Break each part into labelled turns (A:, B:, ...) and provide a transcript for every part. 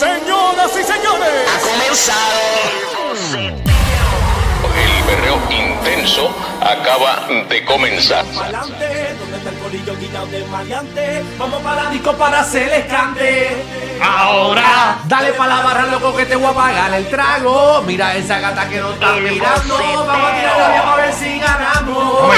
A: Señoras y señores,
B: ha comenzado.
C: El berreo intenso acaba de comenzar.
D: Pa'lante, ¿dónde está el colillo guinao de maleante? Vamos para la disco para hacer el escante. Ahora, dale pa' la barra, loco, que te voy a pagar el trago. Mira esa gata que no está mirando. Vamos a tirar la vieja a ver si ganamos. Ahora,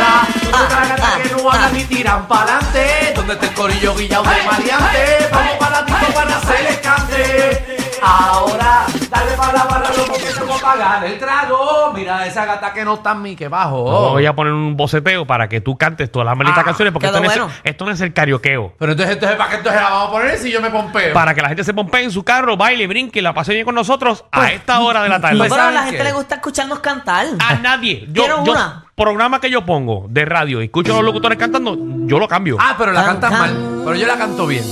B: Ah,
D: ¿dónde está la gata que no habla ni tiran pa'lante? ¿Dónde está el colillo guinao de maleante? Vamos para la disco para hacer el escante. Ahora, dale pa' la barra, loco, que te voy a pagar el trago. Mira esa gata que no está en mí, que bajo.
E: No, Voy a poner un boceteo para que tú cantes todas las malditas canciones porque esto
B: Oh. Ah, quedó
E: no, es,
B: bueno.
E: esto no es el karaokeo.
D: Pero entonces, entonces ¿para qué entonces la vamos a poner si yo me pompeo?
E: Para que la gente se pompee en su carro, baile, brinque y la pase bien con nosotros a esta hora de la tarde.
D: Pues,
B: Bueno, a la
D: ¿saben
B: gente
D: qué?
B: le gusta escucharnos cantar.
E: a nadie. Yo,
B: Quiero
E: yo-
B: una.
E: programa que yo pongo de radio, escucho a los locutores cantando, yo lo cambio.
D: Ah, pero la
B: Can,
D: cantas
B: can.
D: mal. Pero yo la canto bien.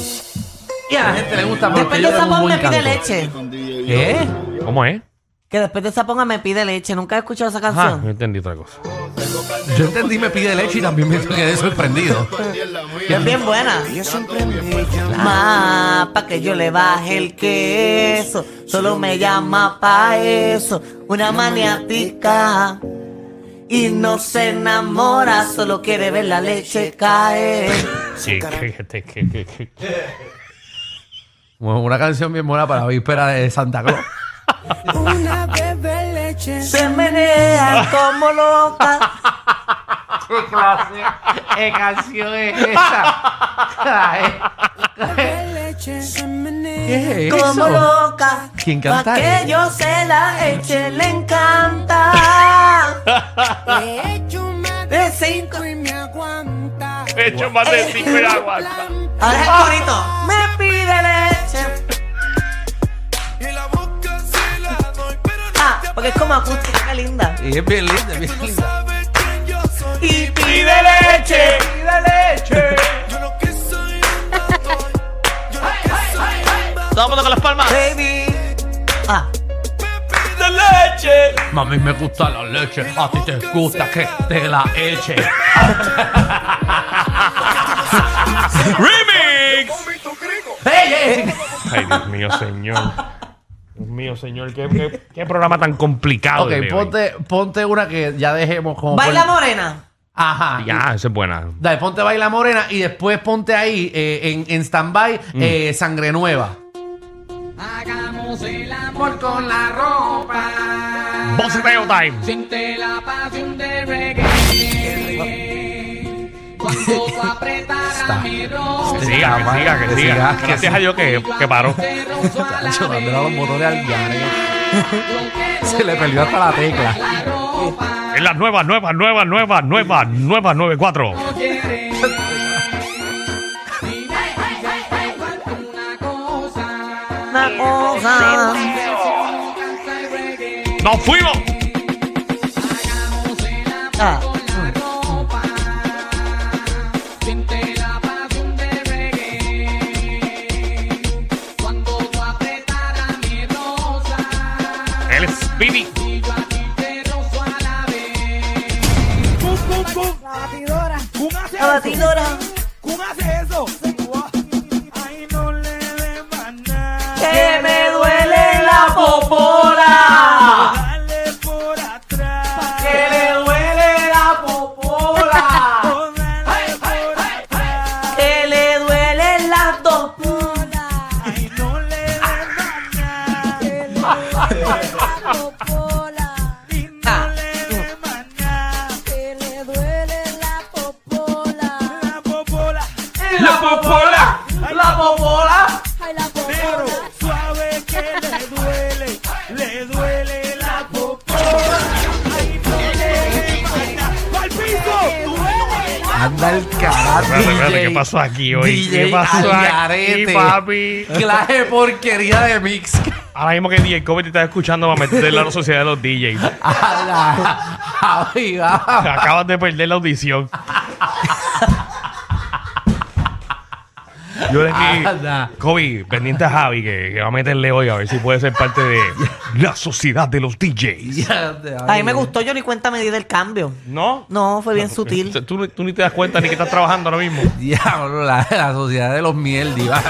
D: Y a la gente le gusta porque
B: Después
D: yo
B: de
D: tengo
B: esa
D: un
B: voz me
D: buen
B: pide
D: canto.
B: leche.
D: ¿Eh?
E: ¿Cómo es?
B: Que después de esa ponga me pide leche. Nunca he escuchado esa
E: Ajá, no
B: canción.
E: entendí otra cosa.
D: Yo entendí me pide leche y también me quedé sorprendido.
B: Es bien buena. Ma, pa' que yo le baje el queso. Solo me llama pa' eso. Una maniática. Y no se enamora, solo quiere ver la leche caer.
E: Sí, que- que- que- que- que- que-
D: Bueno, una canción bien buena para la víspera de Santa Claus.
F: Una bebé leche.
B: Se menea como loca.
D: ¿Qué canción es esa?
F: Bebé leche. Se menea.
D: ¿Qué es
B: como
D: eso?
B: loca.
D: ¿Quién canta
B: Pa' que
D: eso?
B: yo se la eche, le encanta.
F: Le echo más de
B: De cinco.
F: cinco y me aguanta.
E: He hecho más de cinco y la aguanta.
F: Planta.
B: Ahora es el corito. Ah. Me pide leche. Ah, porque es como acústica, qué linda.
D: Y es bien linda, es bien linda.
B: Y pide leche.
E: Estamos con las palmas.
B: Baby. Ah,
D: Mami, me gusta la leche. A ti te gusta que te la eche.
E: ¡Remix!
D: ¡Ey, ey!
E: Ay, Dios mío, señor. Dios mío, señor, qué, qué- qué programa tan complicado.
D: Ok,
E: el de hoy.
D: ponte, ponte una que ya dejemos como.
B: baila
D: por-
B: morena.
D: Ajá.
E: Ya, esa es buena.
D: Dale, ponte Baila Morena y después ponte ahí eh, en, en stand-by eh, Sangre Nueva.
G: Hagamos el amor con la ropa.
E: Boceteo time.
G: Siente la pasión de reggae. Cuando tú apretaras mi ropa.
E: Que siga, que siga, que
D: Que
E: siga.
D: siga, que
E: Gracias
D: siga.
E: a Dios que, Este que paró.
D: Yo dándole a los motores al diario. Se le perdió hasta la tecla.
E: En las nuevas, nuevas, nuevas, nuevas, nuevas, nuevas 94.
B: Una cosa.
E: ¡Nos fuimos!
B: Ah.
E: El Speedy.
B: La batidora. Que me duele la popola.
D: ¡Que le duele la popola!
B: Que le duelen las dos puntas. Ah.
D: ¡La popola! ¡La popola!
F: Suave que le duele, le duele la
D: Anda el carajo.
E: Espérate, espérate,
D: DJ.
E: ¿qué pasó aquí hoy?
D: DJ
E: ¿Qué pasó
D: al
E: aquí,
D: garete.
E: papi?
D: Clase de porquería de mix.
E: Ahora mismo que DJ Kobe te está escuchando va a meter la sociedad de los DJs.
D: Ala, Javi,
E: Te
D: va.
E: Acabas de perder la audición. Yo le
D: Anda.
E: dije, Kobe, pendiente a Javi que, que va a meterle hoy a ver si puede ser parte de la sociedad de los DJs.
D: Ya te-
B: A mí me gustó, yo ni cuenta me di del cambio.
E: ¿No?
B: No, fue bien
E: O
B: sutil.
E: sea, Tú, tú ni te das cuenta ni que estás trabajando ahora mismo.
D: Diablo, la, la sociedad de los mierdivas.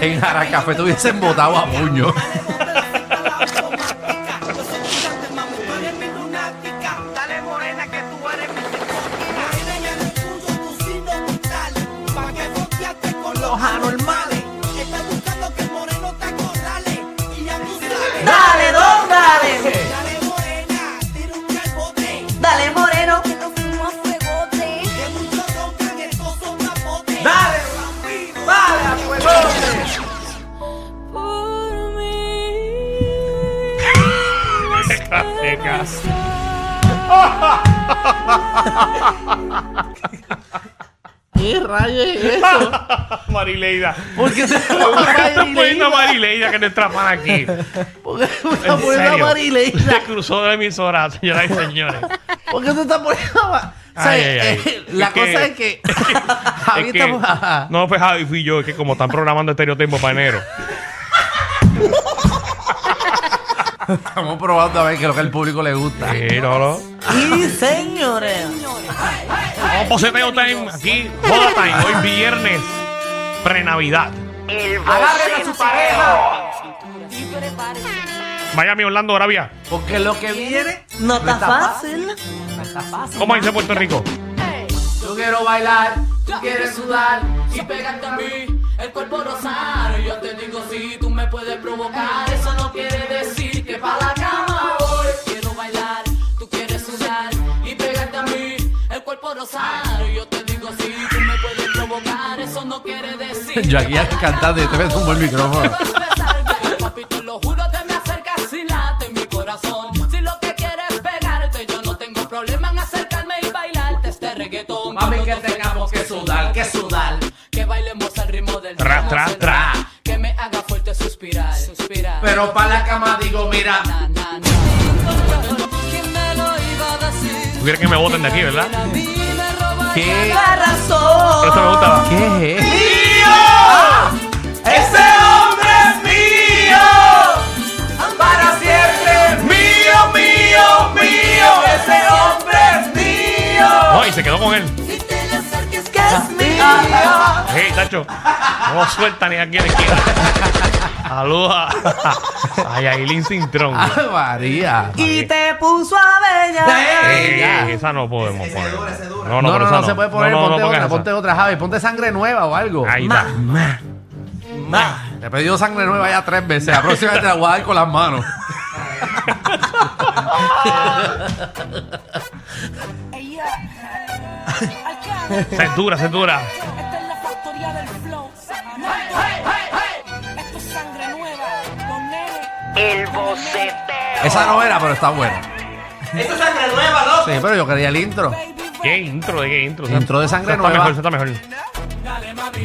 D: en Jaracafé te hubiesen botado a puño.
B: Dale, don, dale. Dale, moreno. Dale. Dale,
H: Por mí.
D: ¿Qué rayo es eso?
E: Marileida.
D: ¿Por qué se
E: Estás poniendo a Marileida que es nuestra fan aquí.
D: ¿Por qué se
E: En
D: está poniendo
E: serio.
D: Marileida?
E: Se cruzó de la emisora, señoras y señores.
D: ¿Por qué se está poniendo a o sea,
E: Ay, ay, ay.
D: eh, La
E: Es que-
D: cosa es que. Javi
E: Es que-
D: está-
E: no, pues Javi fui yo, es que como están programando estereotipo para enero.
D: Estamos probando a ver qué es lo que al público le gusta.
E: Sí, no, no.
B: Y señores.
E: Vamos poseteo time aquí, joda time, hoy viernes, pre-Navidad.
D: Agárrenle a su pareja.
E: Miami, Orlando, Arabia.
D: Porque lo que viene.
B: No está fácil.
E: ¿Cómo dice Puerto Rico?
D: Yo quiero bailar, tú quieres sudar.
G: Si pegarte a mí, el cuerpo rosado. Yo te digo si tú me puedes provocar. Eso no quiere decir que pa' la cama voy. Quiero bailar, tú quieres sudar. Y pegarte a mí, el cuerpo rosado. Yo te digo si tú me puedes provocar. Eso no quiere decir.
D: Yo aquí cantando y te ves un buen micrófono.
G: Puedes besarte, papi, tú lo juro, te me acercas y late mi corazón. Si lo que quieres es pegarte, yo no tengo problema en acercarme y bailarte este reggaetón.
D: Mami, que
G: Cuando tú
D: tengamos que sudar, que sudar.
G: que bailemos al ritmo del
E: Tra,
G: ritmo
E: tra,
G: central.
E: tra.
G: Que me haga fuerte suspirar, suspirar.
D: Pero para la cama digo, mira.
G: Na, na, na. ¿Quién me lo iba a decir?
E: Tú quieres que me voten de aquí, ¿verdad?
G: A mí me roba
D: ¿Qué?
B: La razón.
E: Esto me gustaba.
D: ¿Qué es esto?
A: ¡Ese hombre es mío! ¡Para siempre! ¡Mío, mío, mío! ¡Ese hombre es mío!
E: No, y se quedó con él.
B: que es mío.
E: Hey, Tacho. No lo suelta ni aquí ni aquí. Saludos a, a Yailin Cintrón.
D: Ave Ah, María.
B: Y te puso a bella.
E: Eh, esa no podemos poner. No,
D: No, no,
E: pero
D: no,
E: esa
D: se puede poner.
E: No, no, no,
D: ponte
E: pongan
D: otra,
E: esa.
D: ponte otra, Javi. Ponte sangre nueva o algo.
E: Ahí está.
D: Le he pedido sangre nueva ya tres veces. La próxima te la voy a dar con las manos.
E: Cintura, cintura.
H: Esta es la factoría del flow. Esto es sangre nueva. Los nenes.
D: Esa no era, pero está buena. Esa sangre nueva, loco. Sí, pero yo quería el intro.
E: ¿Qué intro? ¿De qué intro?
D: Intro de sangre
E: Esa está mejor,
D: nueva.
E: esa está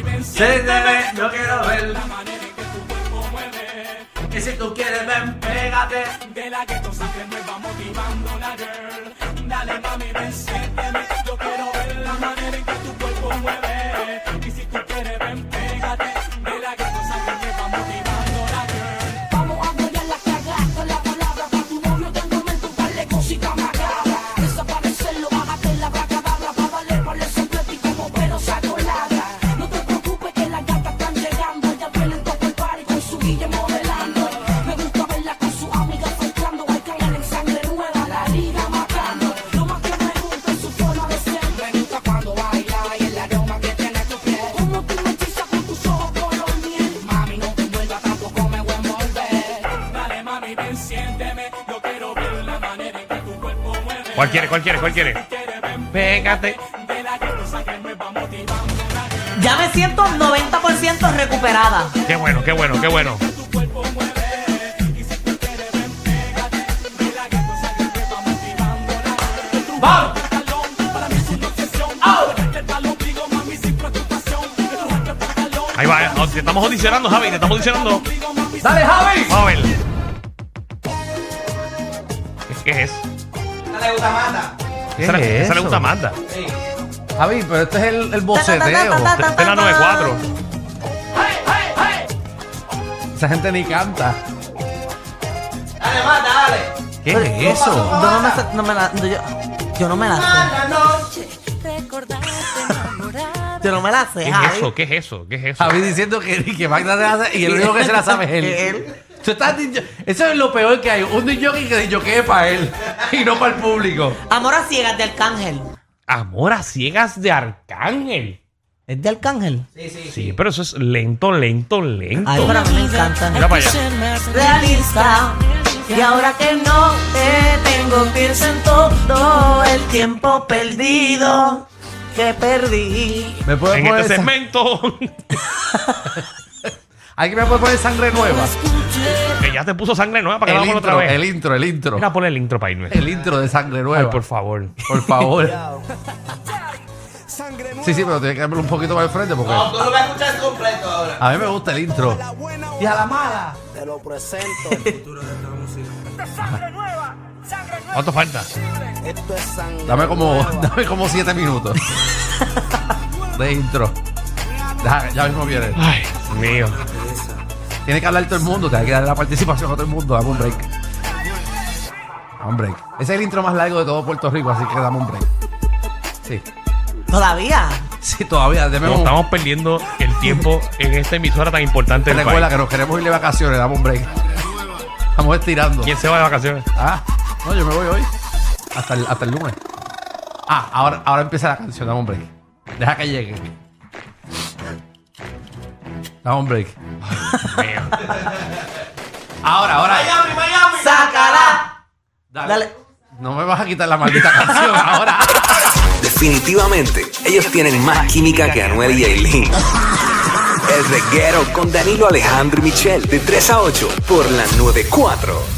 E: mejor.
A: Se te ve, yo quiero ver la manera en que tu cuerpo mueve. Que si tú quieres, ven, pégate. De la que tú sangre me va motivando la girl. Dale, mami, ven, siénteme. Yo quiero ver la manera en que tu cuerpo mueve. Y si tú quieres, ven, pégate. De la que tú sangre me va motivando la girl.
H: Vamos a apoyar la cagada con la palabra. Pa' tu novio te momento un par de cositas macabras. Desaparecerlo, bájate la bracadabra. Pa' darle por el y como perros sacolada. No te preocupes que las gatas están llegando. Ellas vienen todo el party con su guille modelando. Me gusta verla con su amiga faltando. Hay canal en sangre nueva, la liga matando. Lo más que me gusta es su forma de ser. Me gusta cuando baila y el aroma que tiene tu piel. Como tú me hechizas con tus ojos color miel. Mami, no te vuelvas tampoco me voy a envolver.
F: Dale, mami, ven, siénteme. Yo quiero ver la manera en que tu cuerpo mueve.
E: ¿Cuál quiere? ¿Cuál quiere? ¿Cuál quiere?
F: Quiere, ven,
E: Pégate.
F: de la que tú sangre me va motivando la girl.
B: Ya me siento 90% recuperada.
E: Qué bueno, qué bueno, qué bueno. Ahí va, no, te estamos audicionando, Javi, te estamos audicionando.
D: ¡Dale, Javi!
E: Vamos a ver. ¿Qué es? Esa, le- esa le gusta a Manda.
D: Javi, pero este es el, el
B: Ta, ta, ta, ta,
D: boceteo.
B: ta.
E: Esta es la 94.
D: Esa gente ni canta.
A: Dale, mata, dale.
D: ¿Qué
B: Pero-
D: es
B: Yo
D: eso?
B: no me, sé- no me la. Yo, yo no me la sé.
H: Recordarte, enamorarte.
B: Tú no me la sé,
E: ¿Qué es
B: Javi.
E: eso? ¿Qué es eso? ¿Qué es eso?
D: Javi diciendo que, que Magda se la sabe y el único que se la sabe es él.
B: Él.
D: Tú estás dicho- eso es lo peor que hay. Un DJ que DJ para él y no para el público.
B: Amor a ciegas de Arcángel.
E: Amor a ciegas de Arcángel.
B: ¿Es de Arcángel?
E: Sí, pero eso es lento, lento, lento.
B: Ay, pero a mí me encanta.
E: Mira para allá.
B: realista. Y ahora que no te tengo, pienso en todo el tiempo perdido que perdí.
D: ¿Me puedo
E: En
D: poner
E: este
D: sang-
E: segmento,
D: ¿Alguien me puede poner sangre nueva?
E: que ya te puso sangre nueva para que
D: El
E: vamos otra
D: intro,
E: vez.
D: el intro, el intro.
E: Mira, ponle el intro para irme.
D: El intro de sangre
E: Ay,
D: nueva.
E: por favor.
D: Por favor. Sí, sí, pero tiene que hacerlo un poquito más al frente porque
A: No, tú lo vas a escuchar completo ahora.
D: a mí me gusta el intro. Y a la mala.
E: ¿Cuánto falta?
D: Dame como, dame como siete minutos de intro. Ya, ya mismo viene.
E: Ay, Dios mío.
D: Tiene que hablar todo el mundo, tiene que dar la participación a todo el mundo. Dame un break. Dame un break. Ese es el intro más largo de todo Puerto Rico, así que dame un break. Sí,
B: Todavía.
D: sí, todavía. Deme
E: Como
D: un,
E: estamos perdiendo el tiempo en esta emisora tan importante del
D: recuerda
E: país.
D: que nos queremos ir de vacaciones, dame un break. Estamos estirando.
E: ¿Quién se va de vacaciones?
D: Ah, no, yo me voy hoy. Hasta el, hasta el lunes. Ah, ahora, ahora empieza la canción, dame un break. Deja que llegue. Dame un break.
E: Mío.
D: Ahora, ahora.
A: Miami, Miami.
B: ¡Sácala! Dale.
D: No me vas a quitar la maldita canción ahora.
I: Definitivamente, ellos tienen más química que Anuel y Aileen. El reguero con Danilo Alejandro y Michel de 3 a 8 por la 94. 4